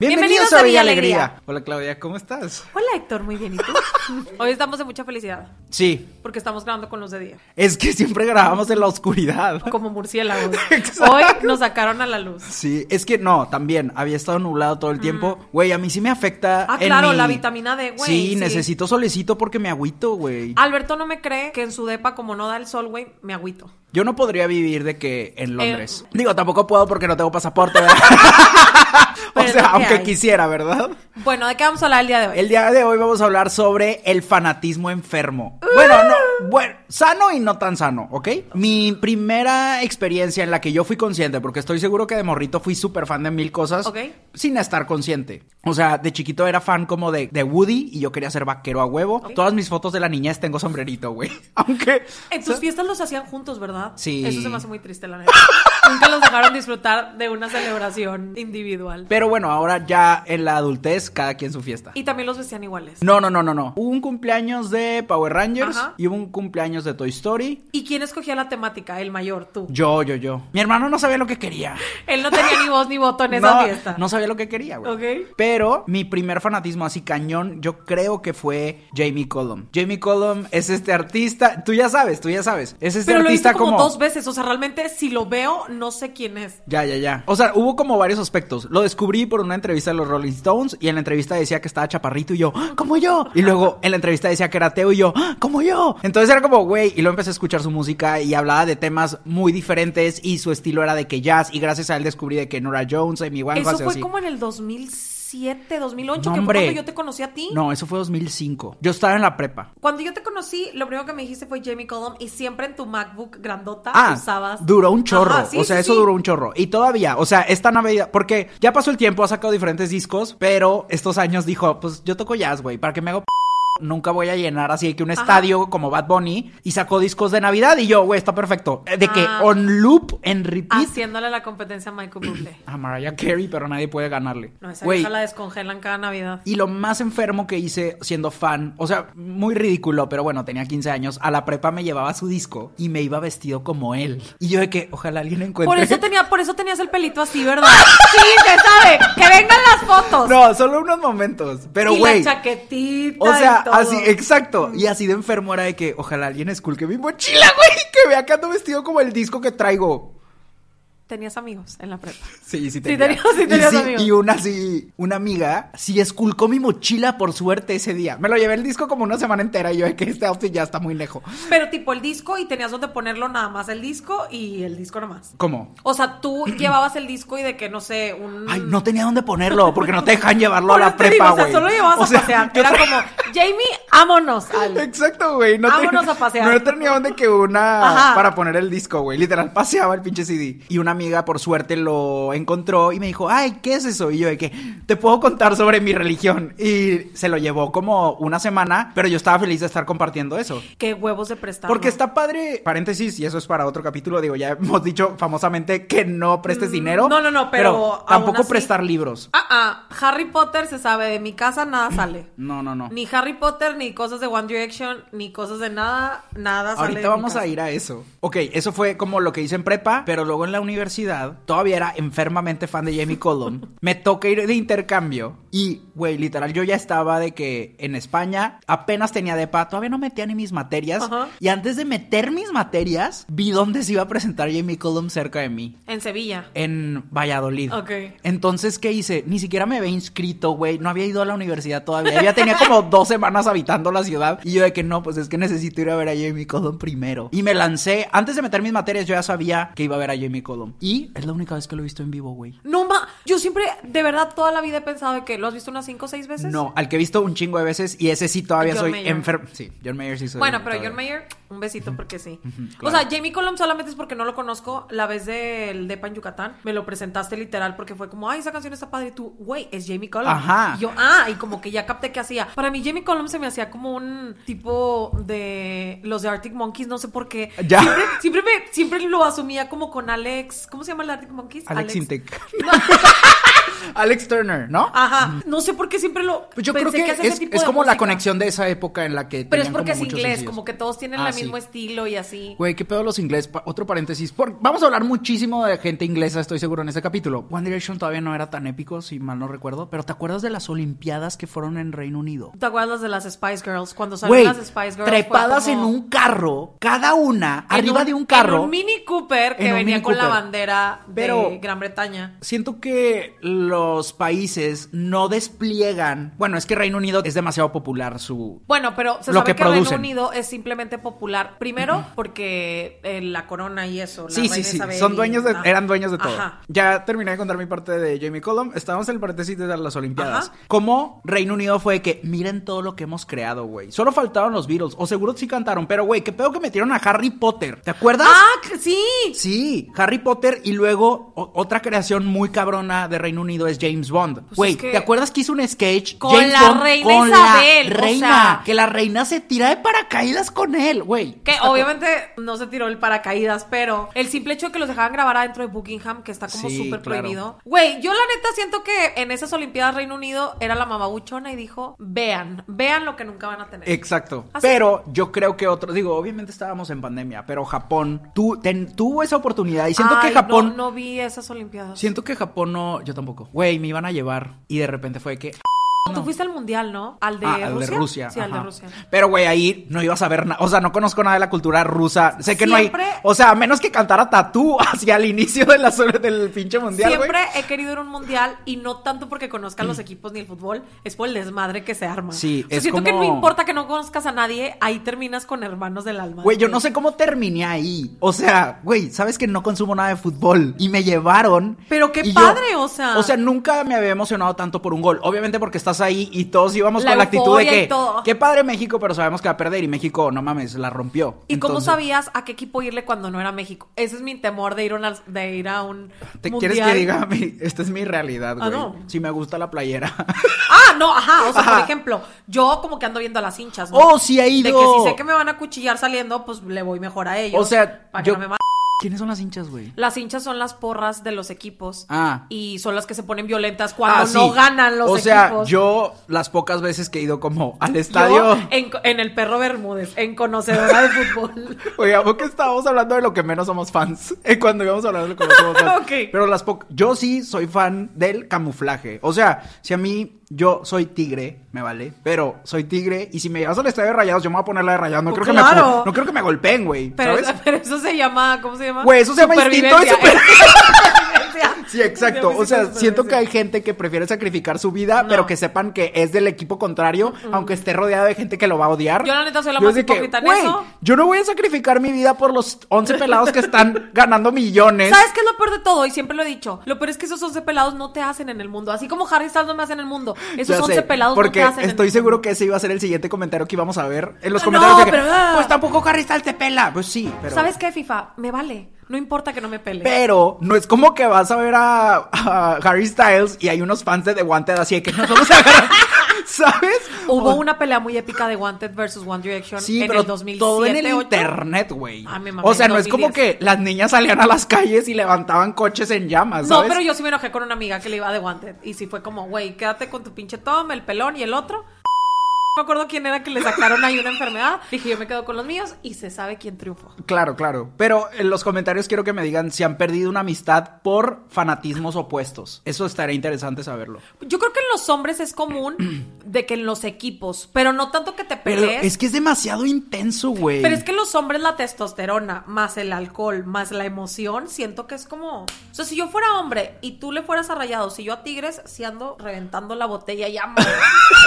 Bienvenidos, a Villa Alegría. Hola Claudia, ¿cómo estás? Hola Héctor, muy bien. ¿Y tú? Hoy estamos de mucha felicidad Sí, porque estamos grabando con luz de día, es que siempre grabamos en la oscuridad. como murciélagos. Exacto. Hoy nos sacaron a la luz. Sí, es que no, también había estado nublado todo el tiempo. Güey, a mí sí me afecta. Mm. Ah, en claro, mi- la vitamina D, güey, Sí, sí. Ah. necesito solecito porque me agüito, güey. Alberto no me cree que en su depa, como no da el sol, güey, me agüito. Yo no podría vivir de que Eh, en Londres. Digo, tampoco puedo porque no tengo pasaporte, ¿verdad? o Pero es lo sea, que aunque hay. quisiera, ¿verdad? Bueno, ¿de qué vamos a hablar el día de hoy? El día de hoy vamos a hablar sobre el fanatismo enfermo. Bueno, no, bueno, sano y no tan sano, ¿ok? Mi primera experiencia en la que yo fui consciente, porque estoy seguro que de morrito fui súper fan de mil cosas, Ok. sin estar consciente. O sea, de chiquito era fan como de, de Woody y yo quería ser vaquero a huevo. Todas mis fotos de la niñez tengo sombrerito, güey. Aunque... En tus fiestas los hacían juntos, ¿verdad? Sí. Eso se me hace muy triste, la neta. Nunca los dejaron disfrutar de una celebración individual. Pero bueno, ahora ya en la adultez, cada quien su fiesta. Y también los vestían iguales. No, no, no, no, no. Hubo un cumpleaños de Power Rangers Ajá. y hubo un cumpleaños de Toy Story. ¿Y quién escogía la temática? El mayor, tú. Yo, yo, yo. Mi hermano no sabía lo que quería. Él no tenía ni voz ni voto en esa No, fiesta. no sabía lo que quería, güey. Ok. Pero mi primer fanatismo así cañón, yo creo que fue Jamie Cullum. Jamie Cullum es este artista, tú ya sabes, tú ya sabes. Es este Pero lo he artista visto como, como dos veces. O sea, realmente, si lo veo, no sé quién es. Ya, ya, ya. O sea, hubo como varios aspectos. Lo descubrí por una entrevista de los Rolling Stones y en la entrevista decía que estaba chaparrito y yo, ¡Ah, como yo. Y luego en la entrevista decía que era ateo y yo, ¡Ah, como yo. Entonces era como, güey, y luego empecé a escuchar su música y hablaba de temas muy diferentes y su estilo era de que jazz y gracias a él descubrí de que Nora Jones, Amy Winehouse, Eso fue así. como en el 2007, 2008, No, que fue hombre. cuando yo te conocí a ti. No, eso fue 2005. Yo estaba en la prepa. Cuando yo te conocí, lo primero que me dijiste fue Jamie Cullum y siempre en tu MacBook grandota Ah, usabas. duró un chorro. Ajá, sí, o sea, sí, eso sí. duró un chorro. Y todavía, o sea, esta Navidad, porque ya pasó el tiempo, ha sacado diferentes discos, pero estos años dijo, pues yo toco jazz, güey, para que me hago p-? Nunca voy a llenar así que un Ajá. estadio como Bad Bunny y sacó discos de Navidad y yo, güey, está perfecto. Eh, De que Ah. on loop, en repeat. Haciéndole la competencia a Michael Bublé. A Mariah Carey, pero nadie puede ganarle. No, esa Güey, vieja la descongelan cada Navidad. y lo más enfermo que hice siendo fan, o sea, muy ridículo, pero bueno, tenía 15 años, a la prepa me llevaba su disco y me iba vestido como él. Y yo de que, ojalá alguien encuentre. Por eso, tenía, por eso tenías el pelito así, ¿verdad? sí, se sabe. Que vengan las fotos. No, solo unos momentos, pero y güey. la chaquetita. O sea, y todo. así, exacto. Y así de enfermo era de que ojalá alguien esculque mi mochila, güey, que vea que ando vestido como el disco que traigo. Tenías amigos en la prepa. Sí, sí, Sí, tenía. tenías- sí, Y tenías sí, amigos. Y una sí, una amiga sí esculcó mi mochila por suerte ese día. Me lo llevé el disco como una semana entera y yo de que este outfit ya está muy lejos. Pero tipo el disco y tenías donde ponerlo nada más el disco y el disco nomás. ¿Cómo? O sea, tú llevabas el disco y de que, no sé, un... Ay, no tenía dónde ponerlo porque no te dejan llevarlo a Por la eso te digo, prepa, o sea, güey. solo llevabas O sea, a pasear. yo Era tra- como, Jamie, ámonos. al-". Exacto, güey. No Vámonos a pasear. No tenía donde que una Ajá. para poner el disco, güey. Literal, paseaba el pinche CD. Y una amiga, por suerte, lo encontró y me dijo, ay, ¿qué es eso? Y yo, de que te puedo contar sobre mi religión. Y se lo llevó como una semana, pero yo estaba feliz de estar compartiendo eso. Qué huevos de prestar. Porque ¿no? está padre, paréntesis, y eso es para otro capítulo, digo, ya hemos dicho famosamente que no prestes Mm, dinero. no, no, no, pero aún tampoco así- prestar libros. Ah, ah, Harry Potter se sabe, de mi casa nada sale. No, no, no. Ni Harry Potter, ni cosas de One Direction, ni cosas de nada, nada sale. de Ahorita mi vamos casa. a ir a eso. Ok, eso fue como lo que hice en prepa, pero luego en la universidad todavía era enfermamente fan de Jamie Cullum. Me toca ir de intercambio y, güey, literal, yo ya estaba de que en España apenas tenía depa, todavía no metía ni mis materias. Ajá. Y antes de meter mis materias, vi dónde se iba a presentar Jamie Cullum cerca de mí. En Sevilla. En Valladolid. Ok. Entonces, ¿qué hice? Ni siquiera me había inscrito, güey. No había ido a la universidad todavía. Ya tenía como dos semanas habitando la ciudad. Y yo de que no, pues es que necesito ir a ver a Jamie Colom primero. Y me lancé. Antes de meter mis materias, yo ya sabía que iba a ver a Jamie Colom. Y es la única vez que lo he visto en vivo, güey. No, ma... yo siempre, de verdad, toda la vida he pensado de que lo has visto unas cinco o seis veces. No, al que he visto un chingo de veces y ese sí todavía John soy Mayer. enfermo. Sí, John Mayer sí soy. Bueno, pero todavía. John Mayer, un besito porque sí. claro. O sea, Jamie Column solamente es porque no lo conozco. La vez del Depa en Yucatán, me lo presentaste literal porque fue como, ay, esa canción está padre. Y tú, güey, es Jamie Column. Ajá. Y yo, ah, y como que ya capté qué hacía. Para mí, Jamie Column se me hacía como un tipo de los de Arctic Monkeys, no sé por qué. Ya. Siempre, siempre, me- siempre lo asumía como con Alex. ¿Cómo se llama el Arctic Monkeys? Alex Intec. Alex Turner, ¿no? Ajá. No sé por qué siempre lo. Pues yo Ah, pensé creo que, hacía ese es, tipo es de como la música. conexión de esa época en la que. Pero es tenían porque como es muchos inglés, sencillos. como que todos tienen Ah, el sí. mismo estilo y así. Güey, qué pedo los ingleses. Pa- Otro paréntesis. por- Vamos a hablar muchísimo de gente inglesa, estoy seguro, en este capítulo. One Direction todavía no era tan épico, si mal no recuerdo. Pero ¿te acuerdas de las Olimpiadas que fueron en Reino Unido? ¿Te acuerdas las de las Spice Girls? Cuando Güey, salieron las Spice Girls. fue trepadas como- en un carro, cada una, en arriba un- de un carro. En un Mini Cooper que En un venía Mini con la Cooper. bandera de Pero- Gran Bretaña. Siento que los países no despliegan. Bueno, es que Reino Unido es demasiado popular su. Bueno, pero se Lo sabe que que, producen. Reino Unido es simplemente popular. Primero, porque eh, la corona y eso. la Sí, sí, reina sí. Isabel Son y- dueños de, ah. eran dueños de todo. Ajá. Ya terminé de contar mi parte de Jamie Column. Estábamos en el paréntesis de las Olimpiadas. Ajá. Como Reino Unido fue de que miren todo lo que hemos creado, güey. Solo faltaron los Beatles. O seguro sí cantaron. Pero, güey, qué pedo que metieron a Harry Potter. ¿Te acuerdas? ¡Ah, que- sí! Sí, Harry Potter y luego o- otra creación muy cabrona de Reino Unido es James Bond. Pues Güey, es que- ¿te acuerdas que hizo un sketch Con la reina Isabel, o reina, sea. que la reina se tira de paracaídas con él, güey. Que Está- obviamente no se tiró el paracaídas, pero el simple hecho de que los dejaban grabar adentro de Buckingham, que está como Sí, súper claro. prohibido. Güey, yo la neta siento que en esas Olimpiadas Reino Unido era la mamá buchona y dijo, vean, vean lo que nunca van a tener. Exacto. Así. Pero yo creo que otro, digo, obviamente estábamos en pandemia, pero Japón tu- ten- tuvo esa oportunidad y siento Ay, que Japón No, no vi esas Olimpiadas. siento que Japón no, yo tampoco. Güey, me iban a llevar y de repente fue que Tú fuiste al mundial, ¿no? Al de Ah, Rusia. al de Rusia. Sí, al de ajá. Rusia. Pero, güey, ahí no iba a saber nada. O sea, no conozco nada de la cultura rusa. Sé que no Siempre- hay. O sea, a menos que cantara tatú hacia el inicio de la, del pinche mundial, güey. Mm. Siempre he querido ir a un mundial y no tanto porque conozcan los equipos ni el fútbol, es por el desmadre que se arma. Sí, O sea, es siento que no como- importa que no conozcas a nadie, ahí terminas con hermanos del alma. Güey, yo Sí. no sé cómo terminé ahí. O sea, güey, sabes que no consumo nada de fútbol. Y me llevaron. Pero qué y yo- padre, o sea. O sea, nunca me había emocionado tanto por un gol. Obviamente porque estás ahí y todos íbamos La con la actitud de euforia y que. todo. Qué padre México, pero sabemos que va a perder. Y México, no mames, la rompió. ¿Y cómo Entonces- sabías a qué equipo irle cuando no era México? Ese es mi temor de ir, a una- de ir a un ¿Te mundial. quieres que diga? mi- esta es mi realidad, güey. Ah, no. Si me gusta la playera. Ah, no, ajá. O sea, Ajá. por ejemplo, yo como que ando viendo a las hinchas. ¿no? ¡Oh, sí ha De ido! que si sé que me van a cuchillar saliendo, pues le voy mejor a ellos. O sea, para yo- que no me ma- ¿Quiénes son las hinchas, güey? Las hinchas son las porras de los equipos. Ah. Y son las que se ponen violentas cuando Ah, sí. no ganan los O sea, equipos. yo las pocas veces que he ido como al Yo estadio... en, en el perro Bermúdez, en conocedora de fútbol. Oiga, porque estábamos hablando de lo que menos somos fans. eh, cuando íbamos a hablar de lo que menos somos fans. Ok. Pero las po- Yo sí soy fan del camuflaje. O sea, si a mí yo soy tigre, me vale. Pero soy tigre. Y si me llevas al estadio de rayados, yo me voy a poner la de rayados. No, Pues creo, que me, claro. pu- no creo que me golpeen, güey. Pero, ¿Sabes? pero eso se llama, ¿cómo se llama? Güey, eso se llama instinto de Supervivencia. Sí, exacto. O sea, siento que hay Supervivencia. gente que prefiere sacrificar su vida, No. pero que sepan que es del equipo contrario, aunque esté rodeado de gente que lo va a odiar. Yo, la neta, soy la Yo más de que, hipócrita en "Güey, eso". Yo no voy a sacrificar mi vida por los 11 pelados que están ganando millones. ¿Sabes qué es lo peor de todo? Y siempre lo he dicho. Lo peor es que esos 11 pelados no te hacen en el mundo. Así como Harry Styles no me hace en el mundo. Esos Ya 11 sé, pelados Porque no te hacen en estoy el seguro mundo. que ese iba a ser el siguiente comentario que íbamos a ver en los No, comentarios. de que, pero, ah. pues tampoco Harry Styles te pela. Pues sí, pero. ¿Sabes qué, FIFA? Me vale. No importa que no me pele. Pero no es como que vas a ver a, a Harry Styles y hay unos fans de The Wanted así de que nos vamos a agarrar. ¿Sabes? Hubo una pelea muy épica de Wanted versus One Direction Sí, en pero el 2007. todo en el 2008. internet, güey. Ah, me mamé, O sea, no es 2010. como que las niñas salían a las calles y levantaban coches en llamas, No, ¿sabes? pero yo sí me enojé con una amiga que le iba de Wanted. Y sí fue como, güey, quédate con tu pinche Tom, el pelón y el otro. No me acuerdo quién era que le sacaron ahí una enfermedad. Dije, yo me quedo con los míos y se sabe quién triunfó. Claro, claro. Pero en los comentarios quiero que me digan si han perdido una amistad por fanatismos opuestos. Eso estaría interesante saberlo. Yo creo que en los hombres es común de que en los equipos, pero no tanto que te Pero pelees. es que es demasiado intenso, güey. Pero es que los hombres la testosterona, más el alcohol, más la emoción, siento que es como... O sea, si yo fuera hombre y tú le fueras a Rayados y yo a Tigres, si ando reventando la botella ya madre,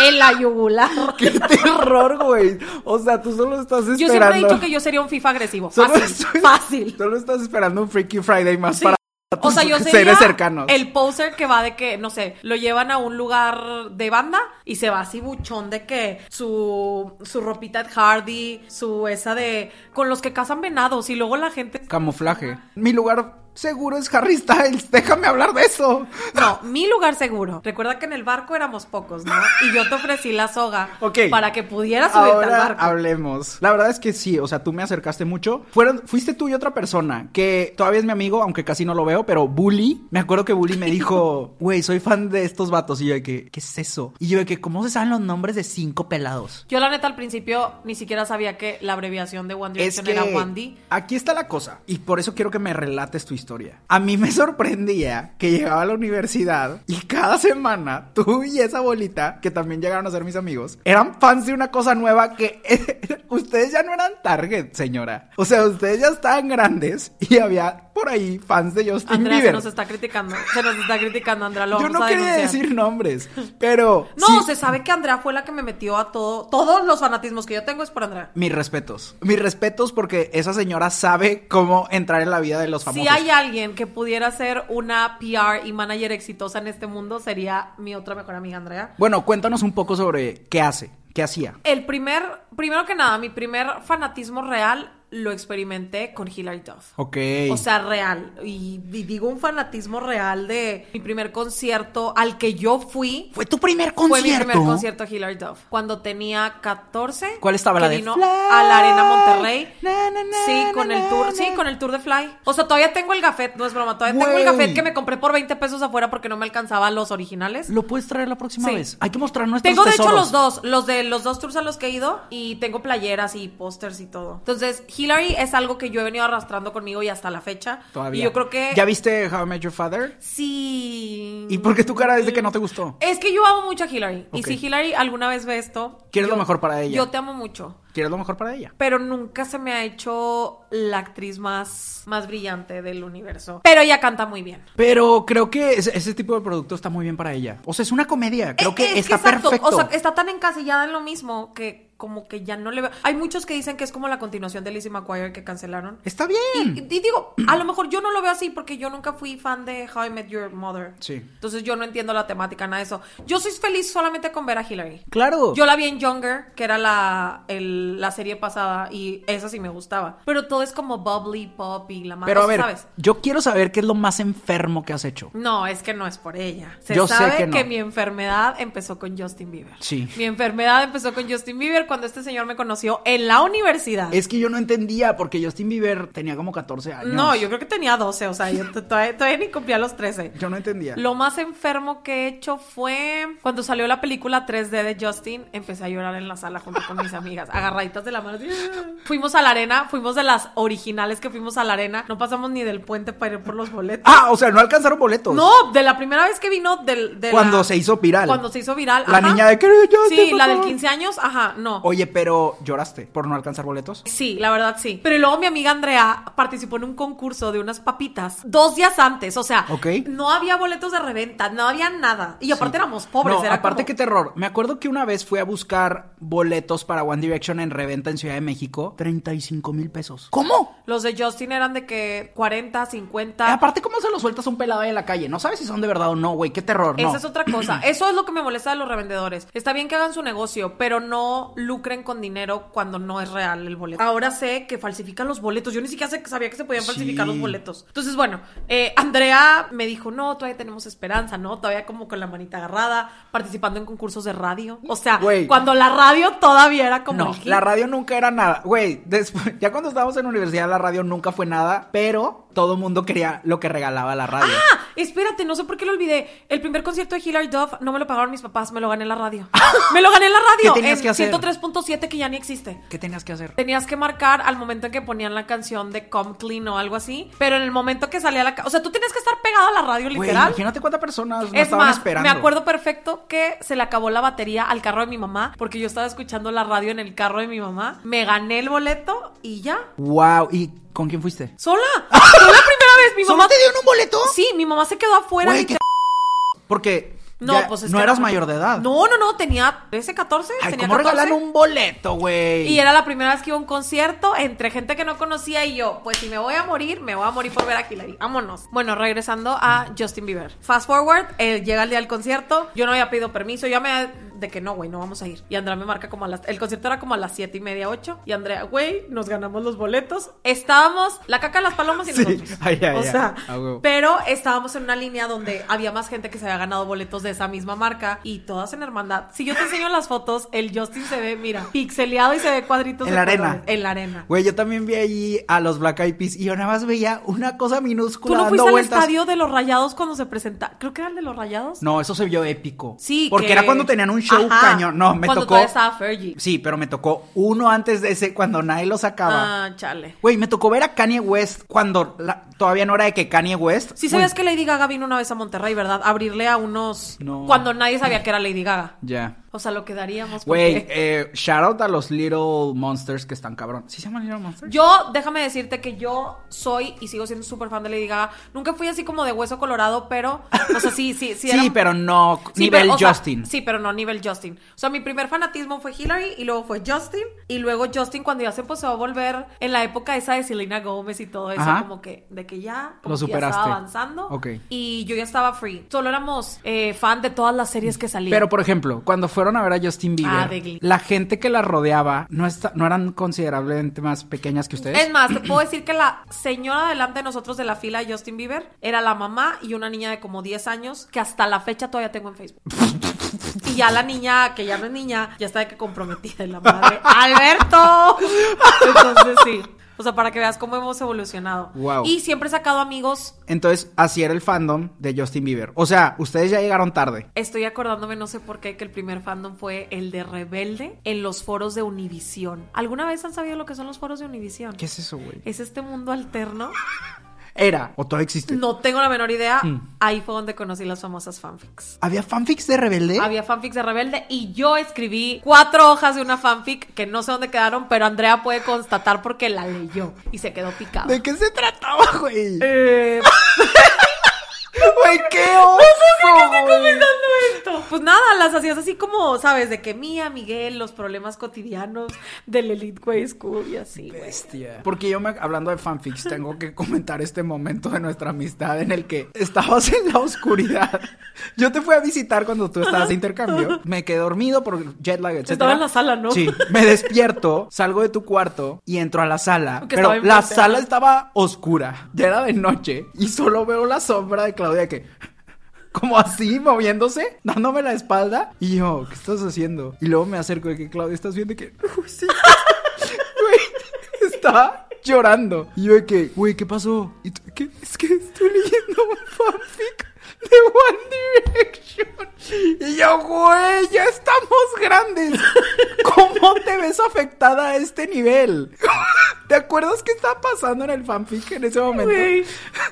en la yugular. ¡Qué terror, güey! O sea, tú solo estás esperando... Yo siempre he dicho que yo sería un FIFA agresivo. Solo Fácil, estoy- fácil. Solo estás esperando un Freaky Friday más para O sea, yo Seres sería cercanos. el poser que va de que, no sé, lo llevan a un lugar de banda y se va así buchón de que su, su ropita de Hardy, su esa de... con los que cazan venados y luego la gente... Camuflaje. Mi lugar seguro es Harry Styles. Déjame hablar de eso. No, mi lugar seguro. Recuerda que en el barco éramos pocos, ¿no? Y yo te ofrecí la soga Ok. para que pudieras subirte al Ahora barco. hablemos. La verdad es que sí, o sea, tú me acercaste mucho. Fueron, fuiste tú y otra persona que todavía es mi amigo, aunque casi no lo veo, pero Bully. Me acuerdo que Bully me dijo, güey, soy fan de estos vatos. Y yo de que, ¿qué es eso? Y yo de que, ¿cómo se saben los nombres de cinco pelados? Yo la neta al principio ni siquiera sabía que la abreviación de One Es Direction que era One D. aquí está la cosa y por eso quiero que me relates tu historia. A mí me sorprendía que llegaba a la universidad y cada semana tú y esa bolita, que también llegaron a ser mis amigos, eran fans de una cosa nueva que ustedes ya no eran target, señora. O sea, ustedes ya estaban grandes y había por ahí fans de Justin Andrea se Bieber. nos está criticando. Se nos está criticando, Andrea. Lo Yo vamos no a quería denunciar. decir nombres, pero No, sí- se sabe que Andrea fue la que me metió a todo. Todos los fanatismos que yo tengo es por Andrea. mis respetos. Mis respetos porque esa señora sabe cómo entrar en la vida de los famosos. Si hay alguien que pudiera ser una PR y manager exitosa en este mundo, sería mi otra mejor amiga, Andrea. Bueno, cuéntanos un poco sobre qué hace, qué hacía. El primer, primero que nada, mi primer fanatismo real lo experimenté con Hilary Duff. Ok. O sea, real. Y, y digo un fanatismo real de mi primer concierto al que yo fui. fue tu primer Fue concierto. mi primer concierto Hillary Duff. Cuando tenía 14. ¿Cuál estaba la que de vino Fly? a la Arena Monterrey. Na, na, na, sí, con na, el tour. na. Sí, con el tour de Fly. O sea, todavía tengo el gafet, no es broma. Todavía tengo el Güey. gafet que me compré por 20 pesos afuera porque no me alcanzaban los originales. ¿Lo puedes traer la próxima Sí. vez? Hay que mostrar nuestros Tengo de hecho tesoros. los dos, los de los dos tours a los que he ido y tengo playeras y pósters y todo. Entonces, Hillary es algo que yo he venido arrastrando conmigo y hasta la fecha. Todavía. Y yo creo que ¿Ya viste How I Met Your Father? sí. ¿Y por qué tu cara es de que no te gustó? Es que yo amo mucho a Hillary y Ok. si Hillary alguna vez ve esto, Quieres yo- lo mejor para ella. Yo te amo mucho. ¿Quieres lo mejor para ella? Pero nunca se me ha hecho la actriz más, más brillante del universo. Pero ella canta muy bien. Pero creo que ese, ese tipo de producto está muy bien para ella. O sea, es una comedia. Creo Eh, que es está exacto, perfecto. O sea, está tan encasillada en lo mismo que como que ya no le veo. Hay muchos que dicen que es como la continuación de Lizzie McGuire que cancelaron. Está bien. Y digo, a lo mejor yo no lo veo así porque yo nunca fui fan de How I Met Your Mother. Sí. Entonces yo no entiendo la temática, nada de eso. Yo soy feliz solamente con ver a Hillary. Claro. Yo la vi en Younger, que era la, el- la serie pasada, y esa sí me gustaba. Pero todo es como bubbly pop y la madre, Pero a ver, ¿sabes? yo quiero saber qué es lo más enfermo que has hecho. No, es que no es por ella. Se Yo sé sabe que no. mi enfermedad empezó con Justin Bieber. Sí. Mi enfermedad empezó con Justin Bieber cuando este señor me conoció en la universidad. Es que yo no entendía porque Justin Bieber tenía como 14 años. No, yo creo que tenía 12, o sea, yo t- todavía, todavía ni cumplía los 13. Yo no entendía. Lo más enfermo que he hecho fue cuando salió la película 3D de Justin, empecé a llorar en la sala junto con mis amigas, agarraditas de la mano. así, "Ah". Fuimos a la arena, fuimos de las originales que fuimos a la arena, no pasamos ni del puente para ir por los boletos. Ah, o sea, no alcanzaron boletos. No, de la primera vez que vino del de Cuando la- se hizo viral. Cuando se hizo viral. La ajá. niña de, "Creo yo, te, Sí, por la del favor". 15 años, ajá, no. Oye, pero lloraste por no alcanzar boletos. Sí, la verdad sí. Pero luego mi amiga Andrea participó en un concurso de unas papitas dos días antes. O sea, Ok. no había boletos de reventa, no había nada. Y aparte éramos pobres. no, era aparte como- qué terror. Me acuerdo que una vez fui a buscar boletos para One Direction en reventa en Ciudad de México. 35 mil pesos. ¿Cómo? Los de Justin eran de que 40, 50. Eh, Aparte, ¿cómo se los sueltas a un pelado ahí en la calle? No sabes si son de verdad o no, güey. Qué terror, no. Esa es otra cosa. Eso es lo que me molesta de los revendedores. Está bien que hagan su negocio, pero no lucren con dinero cuando no es real el boleto. Ahora sé que falsifican los boletos. Yo ni siquiera sé- sabía que se podían falsificar Sí. los boletos. Entonces, bueno, eh, Andrea me dijo, no, todavía tenemos esperanza, ¿no? Todavía como con la manita agarrada, participando en concursos de radio. O sea, Güey. cuando la radio todavía era como... No, el hit. la radio nunca era nada. Güey, después, ya cuando estábamos en la universidad, la radio nunca fue nada, pero todo mundo quería lo que regalaba la radio. Ah, espérate, no sé por qué lo olvidé. El primer concierto de Hillary Duff no me lo pagaron mis papás, me lo gané en la radio. me lo gané en la radio. ¿Qué tenías en que hacer? 103.7 que ya ni existe. ¿Qué tenías que hacer? Tenías que marcar al momento en que ponían la canción de Come Clean o algo así, pero en el momento que salía la... ca- O sea, tú tenías que estar pegado a la radio Güey, literal. imagínate cuántas personas no es estaban más, esperando. me acuerdo perfecto que se le acabó la batería al carro de mi mamá porque yo estaba escuchando la radio en el carro de mi mamá. Me gané el boleto y ya. Wow, ¿y con quién fuiste? Sola. Fue la primera vez. Mi ¿Solo mamá... te dieron un boleto? Sí, mi mamá se quedó afuera. Güey, y qué Porque No, Ya, pues es no que eras mayor de edad. No, no, no, tenía 13, 14. Ay, tenía ¿cómo 14. regalan un boleto, güey? Y era la primera vez que iba a un concierto entre gente que no conocía y yo, pues si me voy a morir, me voy a morir por ver a Hillary. Vámonos. Bueno, regresando a Justin Bieber. Fast forward, eh, llega el día del concierto. Yo no había pedido permiso, ya me de que no, güey, no vamos a ir. Y Andrea me marca como a las... El concierto era como a las 7 y media, 8. Y Andrea, güey, nos ganamos los boletos. Estábamos... La caca de las palomas y Sí. nosotros. Ay, ay, o ay. sea, A huevo. pero estábamos en una línea donde había más gente que se había ganado boletos de esa misma marca y todas en hermandad. Si yo te enseño las fotos, el Justin se ve, mira, pixeleado y se ve cuadritos En de la arena. colores. En la arena. Güey, yo también vi allí a los Black Eyed Peas y yo nada más veía una cosa minúscula ¿Tú no dando fuiste al vueltas. estadio de los Rayados cuando se presenta? Creo que era el de los Rayados. No, eso se vio épico. Sí, Porque que- era cuando tenían un show Ajá, cañón. No, me cuando tocó. todavía estaba Fergie. Sí, pero me tocó uno antes de ese, cuando nadie lo sacaba. Ah, chale. Güey, me tocó ver a Kanye West cuando la- todavía no era de que Kanye West. Sí Güey, sabías que Lady Gaga vino una vez a Monterrey, ¿verdad? Abrirle a unos... No. Cuando nadie sabía que era Lady Gaga. Ya. O sea, lo quedaríamos. Güey, eh, shout out a los Little Monsters que están cabrón. ¿Sí se llaman Little Monsters? Yo, déjame decirte que yo soy y sigo siendo súper fan de Lady Gaga. Nunca fui así como de hueso colorado, pero, o sea, sí, sí, sí. Sí, era- pero no. Sí, nivel pero, o sea, Justin. sí, pero no nivel Justin. O sea, mi primer fanatismo fue Hillary y luego fue Justin. Y luego Justin cuando ya se empezó a volver en la época esa de Selena Gómez y todo eso, Ajá. como que de que ya, como Lo que ya superaste. estaba avanzando. Ok. Y yo ya estaba free. Solo éramos eh, fan de todas las series que salían. Pero, por ejemplo, cuando fueron a ver a Justin Bieber, Ah, de Glee. la gente que la rodeaba no, está, no eran considerablemente más pequeñas que ustedes. Es más, te puedo decir que la señora delante de nosotros de la fila de Justin Bieber era la mamá y una niña de como 10 años que hasta la fecha todavía tengo en Facebook. Y ya la niña, que ya no es niña, ya está de que comprometida en la madre. ¡Alberto! Entonces sí. O sea, para que veas cómo hemos evolucionado. Wow. Y siempre he sacado amigos. Entonces, así era el fandom de Justin Bieber. O sea, ustedes ya llegaron tarde. Estoy acordándome, no sé por qué, que el primer fandom fue el de Rebelde en los foros de Univisión. ¿Alguna vez han sabido lo que son los foros de Univisión? ¿Qué es eso, güey? Es este mundo alterno Era, o todo existe. No tengo la menor idea. Mm. Ahí fue donde conocí las famosas fanfics. ¿Había fanfics de Rebelde? Había fanfics de Rebelde y yo escribí cuatro hojas de una fanfic que no sé dónde quedaron, pero Andrea puede constatar porque la leyó y se quedó picada. ¿De Ah, qué se trataba, güey? Eh, Güey, qué oso, güey. esto. Pues nada, las hacías así como, ¿sabes? De que Mía, Miguel, los problemas cotidianos del Elite Way School y así, güey. Bestia. Porque yo, me, hablando de fanfics, tengo que comentar este momento de nuestra amistad en el que estabas en la oscuridad. Yo te fui a visitar cuando tú estabas de intercambio. Me quedé dormido por jet lag, etc. Estaba en la sala, ¿no? Sí. Me despierto, salgo de tu cuarto y entro a la sala. Que pero estaba la enfrente. sala estaba oscura. Ya era de noche y solo veo la sombra de Claudia que... Como así, moviéndose, dándome la espalda. Y yo, ¿qué estás haciendo? Y luego me acerco de que, Claudia, ¿estás viendo? Y que, "Uy, sí, Güey, estaba llorando. Y yo de que, güey, ¿qué pasó? Y tú, "¿Qué? es que estoy leyendo un fanfic de One Direction. Y yo, güey, ya estamos grandes. ¿Cómo te ves afectada a este nivel? ¿Te acuerdas qué estaba pasando en el fanfic en ese momento? Güey,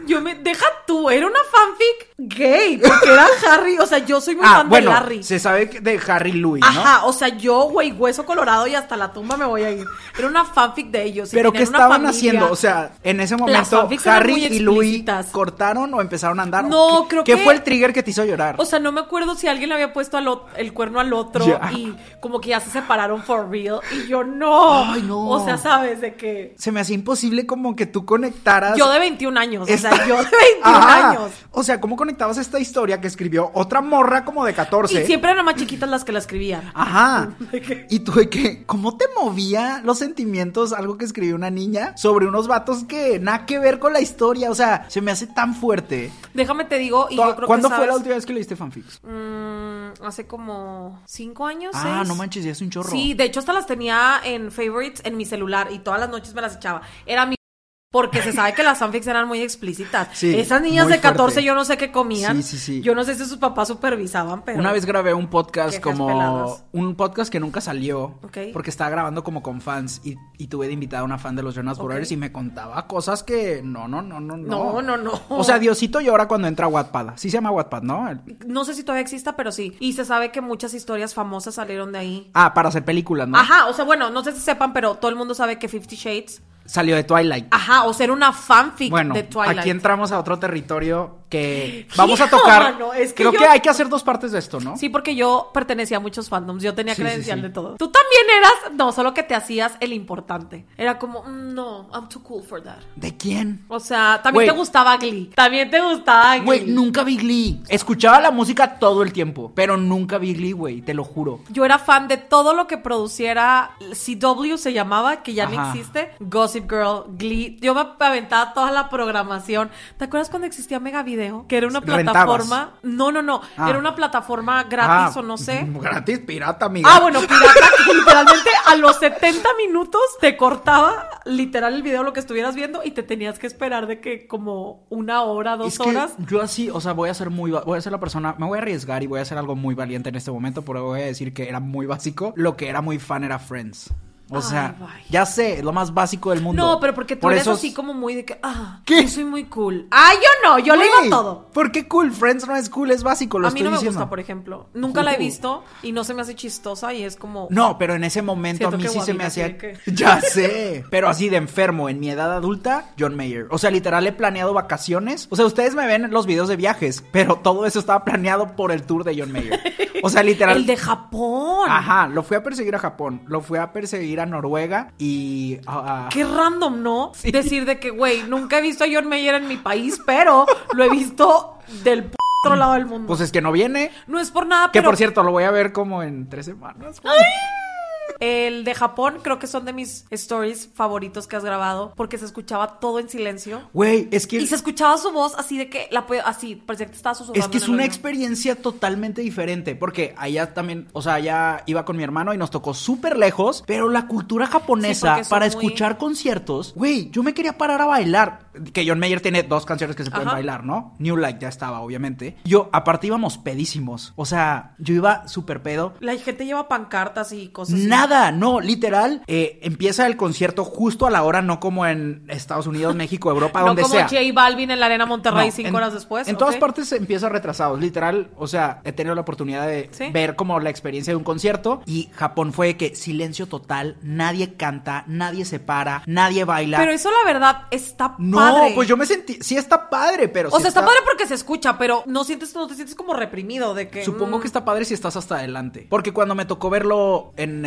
yo me. Deja tú, era una fanfic gay, porque era Harry. O sea, yo soy muy Ah, fan bueno, de Larry. se sabe que de Harry Louis, ¿no? Ajá, o sea, yo, güey, hueso colorado y hasta la tumba me voy a ir. Era una fanfic de ellos. y Pero ¿qué tenían una estaban familia. haciendo? O sea, en ese momento fanfics eran Harry muy y Louis explícitas. cortaron o empezaron a andar. ¿o No, qué- creo ¿Qué que- fue el trigger que te hizo llorar? O sea, no me acuerdo si alguien le había puesto al ot- el cuerno al otro Ya. y como que ya se separaron for real. Y yo, no. Ay, no. O sea, sabes de que. se me hacía imposible como que tú conectaras. Yo de 21 años. O esta- sea, yo de 21 Ajá. años. O sea, ¿cómo conectabas esta historia que escribió otra morra como de 14? Y siempre eran más chiquitas las que la escribían. Ajá. ¿De qué? Y tú de que, ¿cómo te movía los sentimientos algo que escribió una niña sobre unos vatos que nada que ver con la historia? O sea, se me hace tan fuerte. Déjame te digo, y yo creo ¿Cuándo que. fue la sabes- Pues última vez que leíste fanfics? Mm, hace como cinco años. Ah, seis. no manches, ya es un chorro. Sí, de hecho hasta las tenía en favorites en mi celular y todas las noches me las echaba. Era mi porque se sabe que las fanfics eran muy explícitas. Sí, Esas niñas muy de 14 fuerte. yo no sé qué comían. Sí, sí, sí. Yo no sé si sus papás supervisaban, pero Una vez grabé un podcast Quejas como peladas. un podcast que nunca salió Ok. porque estaba grabando como con fans y, y tuve de invitada a una fan de los Jonas Ok. Brothers y me contaba cosas que no, no, no, no, no. No, no, no. O sea, Diosito llora cuando entra a Wattpad. Sí se llama Wattpad, ¿no? El- no sé si todavía exista, pero sí. Y se sabe que muchas historias famosas salieron de ahí. Ah, para hacer películas, ¿no? Ajá, o sea, bueno, no sé si sepan, pero todo el mundo sabe que Fifty Shades. Salió de Twilight. Ajá, o ser una fanfic bueno, Ah, de Twilight. aquí entramos a otro territorio que vamos a Hijo, tocar. mano, es que Creo yo- que hay que hacer dos partes de esto, ¿no? Sí, porque yo pertenecía a muchos fandoms, yo tenía Sí, sí, credencial sí. de todo. Tú también eras, no, solo que te hacías el importante. Era como, "Mm, no, I'm too cool for that. ¿De quién? O sea, también Güey. te gustaba Glee. También te gustaba Glee. Güey, nunca vi Glee. Escuchaba la música todo el tiempo, pero nunca vi Glee, güey, te lo juro. Yo era fan de todo lo que produciera CW se llamaba, que ya no Ajá. existe. Gossip Girl, Glee. Yo me aventaba toda la programación. ¿Te acuerdas cuando existía Mega Video? Que era una ¿Rentabas? plataforma. No, no, no. Ah. Era una plataforma gratis Ah, o no sé. Gratis, pirata, amiga. Ah, bueno, pirata, que literalmente a los 70 minutos te cortaba literal el video, lo que estuvieras viendo, y te tenías que esperar de que como una hora, dos Es que horas. yo así, o sea, voy a ser muy, va- voy a ser la persona, me voy a arriesgar y voy a hacer algo muy valiente en este momento, pero voy a decir que era muy básico. Lo que era muy fan era Friends. O Ay, sea, vaya. ya sé, es lo más básico del mundo. No, pero porque tú Por eres eso así como muy de que, ah, ¿Qué? yo soy muy cool. Ah, yo no, yo le Güey, iba todo. ¿Por qué cool? Friends no es cool, es básico, lo a mí estoy no me diciendo. gusta, por ejemplo. Nunca la he Ujú. visto y no se me hace chistosa y es como... No, pero en ese momento Siento a mí que sí se me Guavina hacía. tiene Ya sé. Pero así de enfermo, en mi edad adulta, John Mayer. O sea, literal he planeado vacaciones. O sea, ustedes me ven en los videos de viajes, pero todo eso estaba planeado por el tour de John Mayer. O sea, literal. El de Japón. Ajá, lo fui a perseguir a Japón, lo fui a perseguir a Noruega y a- a- Qué random, ¿no? Decir de que, güey, nunca he visto a John Mayer en mi país, pero lo he visto del p otro lado del mundo. pues es que no viene. no es por nada, Que Ah, pero Ah, por cierto, lo voy a ver como en tres semanas. güey. el de Japón creo que son de mis stories favoritos que has grabado porque se escuchaba todo en silencio. Güey, es que Y se escuchaba su voz así de que la po- así, parecía que te estaba susurrando. Es que es en el una oído. experiencia totalmente diferente, porque allá también, o sea, allá iba con mi hermano y nos tocó súper lejos, pero la cultura Sí, japonesa porque son para muy- escuchar conciertos, güey, yo me quería parar a bailar, que John Mayer tiene dos canciones que se pueden Ajá. bailar, ¿no? New Light ya estaba, obviamente. Yo, aparte íbamos pedísimos, o sea, yo iba súper pedo, La gente lleva pancartas y cosas. así. Nada, no, literal. eh, empieza el concierto justo a la hora, no como en Estados Unidos, México, Europa, donde no como sea. J Balvin en la Arena Monterrey No, cinco en- horas después. En ¿ok? todas partes se empieza retrasados, literal. O sea, he tenido la oportunidad de Sí. ver como la experiencia de un concierto y Japón fue que silencio total, nadie canta, nadie se para, nadie baila. Pero eso la verdad está no, padre. pues yo me sentí, sí está padre, pero O sí sea, está padre porque se escucha, pero no sientes, no te sientes como reprimido de que. Supongo mm, que está padre si estás hasta adelante. Porque cuando me tocó verlo en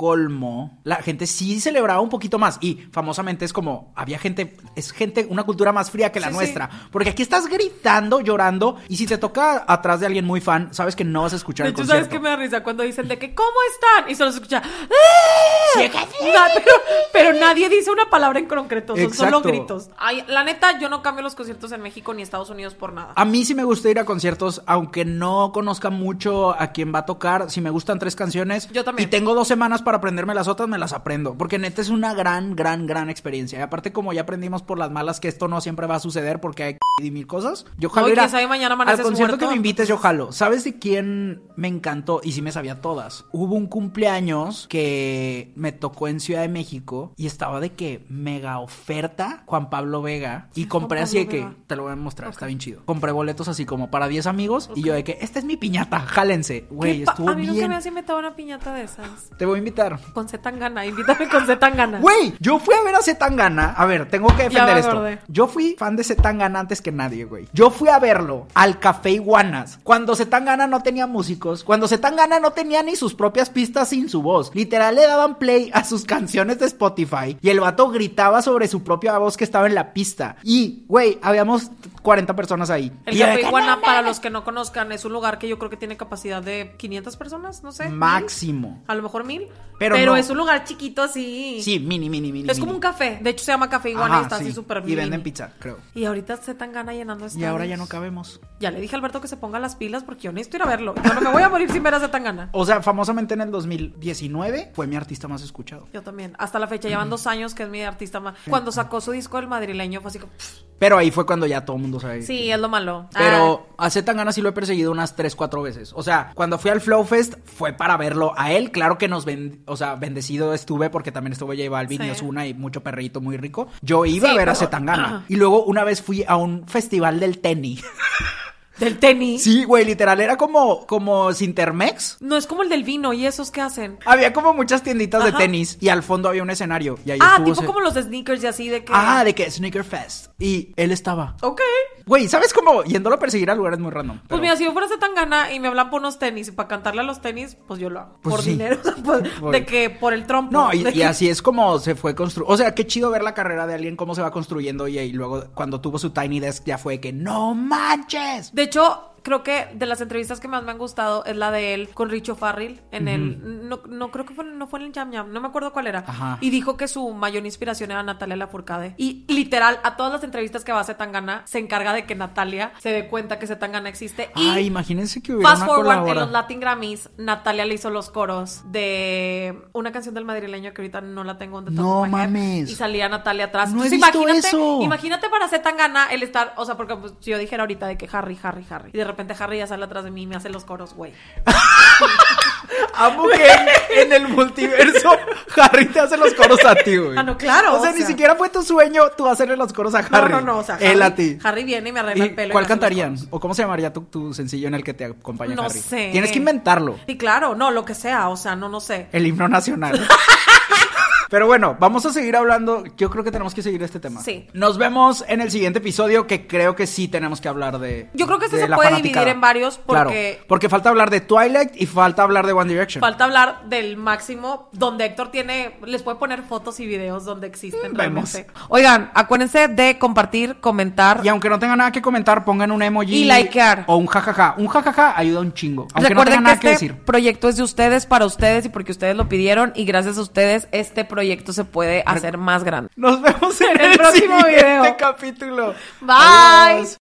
Estocolmo, la gente sí celebraba un poquito más. Y famosamente es como, había gente, es gente, una cultura más fría que la Sí, sí. nuestra. Porque aquí estás gritando, llorando. Y si te toca atrás de alguien muy fan, sabes que no vas a escuchar De el hecho, concierto. ¿sabes qué me da risa? Cuando dicen de que, ¿cómo están? Y solo se escucha. "¡Ah!". Na- pero, pero nadie dice una palabra en concreto, son Exacto. solo gritos. Ay, la neta, yo no cambio los conciertos en México ni Estados Unidos por nada. A mí sí me gusta ir a conciertos, aunque no conozca mucho a quién va a tocar. Si me gustan tres canciones. Yo también. Y tengo dos semanas para aprenderme las otras, me las aprendo. Porque neta es una gran, gran, gran experiencia. Y aparte, como ya aprendimos por las malas que esto no siempre va a suceder porque hay y mil cosas. Yo jalo No, y ir a- quién sabe, mañana al amaneces concierto muerto, que me invites, yo jalo. ¿Sabes de quién me encantó? Y sí me sabía todas. Hubo un cumpleaños que me tocó en Ciudad de México y estaba de que mega oferta Juan Pablo Vega. Y compré Pablo así de que Vega. te lo voy a mostrar, está bien chido. Compré boletos así como para 10 amigos y yo de que esta es mi piñata, jálense. Güey, Qué pa- estuvo a mí nunca bien. me has invitado a una piñata de esas. Te voy a invitar. Con Zetangana, invítame con Zetangana. Güey, yo fui a ver a Zetangana. A ver, tengo que Ah. Ya defender me esto. acordé. Yo fui fan de Zetangana antes que nadie, güey. Yo fui a verlo al Café Iguanas. Cuando Zetangana no tenía músicos, cuando Zetangana no tenía ni sus propias pistas sin su voz. Literal le daban play a sus canciones de Spotify y el vato gritaba sobre su propia voz que estaba en la pista. Y, güey, habíamos 40 personas ahí. El Y yo de Café que, Iguana, "No para mames". los que no conozcan, es un lugar que yo creo que tiene capacidad de 500 personas, no sé. Máximo. mil, A lo mejor mil. Pero Pero, no. es un lugar chiquito así. Sí, mini, mini, mini. Es como un café. De hecho, se llama Café Iguana y está así súper Y bien. venden pizza, creo. Y ahorita se tan gana llenando Y ahora ya estadios. no cabemos. Ya le dije a Alberto que se ponga las pilas porque yo necesito ir a verlo. Yo no me voy a morir sin ver a Zetangana. O sea, famosamente en el 2019 fue mi artista más escuchado. Yo también. Hasta la fecha, llevan dos años que es mi artista más. Cuando sacó su disco del madrileño fue así como. "Pff, Pero ahí fue cuando ya todo el mundo sabe. Sí, es lo malo. Ah. Pero a Zetangana sí lo he perseguido unas 3, 4 veces. O sea, cuando fui al Flow Fest fue para verlo a él. Claro que nos ben- o sea, bendecido estuve porque también estuvo J Balvin Sí. y Ozuna y mucho perrito muy rico. Yo iba Sí, a ver a pero- Zetangana. Y luego una vez fui a un festival del tenis. Del tenis. Sí, güey, literal, era como, como Sintermex. No es como el del vino y esos que hacen. Había como muchas tienditas de Ajá. tenis y al fondo había un escenario. Y ahí ah, estuvo tipo ese- como los de sneakers y así de que. Ah, de que Sneaker Fest. Y él estaba. Ok. Güey, ¿sabes cómo? Yéndolo a perseguir a lugares muy random. Pues pero- mira, si yo fuera tan gana y me hablan por unos tenis y para cantarle a los tenis, pues yo lo hago. Pues por sí. dinero, o sea, por- Por- de que por el trompo. No, y, de y que- así es como se fue construyendo. O sea, qué chido ver la carrera de alguien, cómo se va construyendo. Y, ahí luego, cuando tuvo su Tiny Desk, ya fue que no manches. De hecho, creo que de las entrevistas que más me han gustado es la de él con Richo Farrell en el no, no creo que fue, no fue en el Jam Jam, no me acuerdo cuál era. Ajá. Y dijo que su mayor inspiración era Natalia Lafourcade y literal a todas las entrevistas que va a Zetangana se encarga de que Natalia se dé cuenta que Zetangana existe y Ay, imagínense que hubiera Fast una forward en los colaboración. Latin Grammys, Natalia le hizo los coros de una canción del madrileño que ahorita no la tengo on the top No of my head, mames. Y salía Natalia atrás. No he Entonces, visto imagínate, eso. imagínate para hacer tan gana el estar, o sea, porque pues, si yo dijera ahorita de que Harry, Harry, Harry. Y de repente Harry ya sale atrás de mí y me hace los coros, güey. Amo que en el multiverso Harry te hace los coros a ti, güey. Ah, no, claro, O sea, o ni sea. siquiera fue tu sueño tú hacerle los coros a Harry. No, no, no, o sea, Él Harry, a ti. Harry viene y me arregla ¿Y el pelo. y me ¿Cuál hace los cantarían? coros. ¿O cómo se llamaría tu, tu sencillo en el que te acompaña No Harry? sé. Tienes que inventarlo. Y claro, no, lo que sea, o sea, no, no sé. El himno nacional. Pero bueno, vamos a seguir hablando. Yo creo que tenemos que seguir este tema. Sí. Nos vemos en el siguiente episodio que creo que sí tenemos que hablar de. Yo creo que este de se la puede fanaticada. dividir en varios porque- Claro, porque falta hablar de Twilight y falta hablar de One Direction. Falta hablar del máximo, donde Héctor tiene, les puede poner fotos y videos donde existen. Mm, vemos. realmente. Oigan, acuérdense de compartir, comentar. y aunque no tengan nada que comentar, pongan un emoji. Y likear. O un jajaja. Un jajaja ayuda un chingo. Aunque no Recuerden tengan nada que que este decir. proyecto es de ustedes, para ustedes y porque ustedes lo pidieron y gracias a ustedes este proyecto se puede hacer más grande. Nos vemos en En el, el próximo siguiente video. capítulo. Bye. Adiós.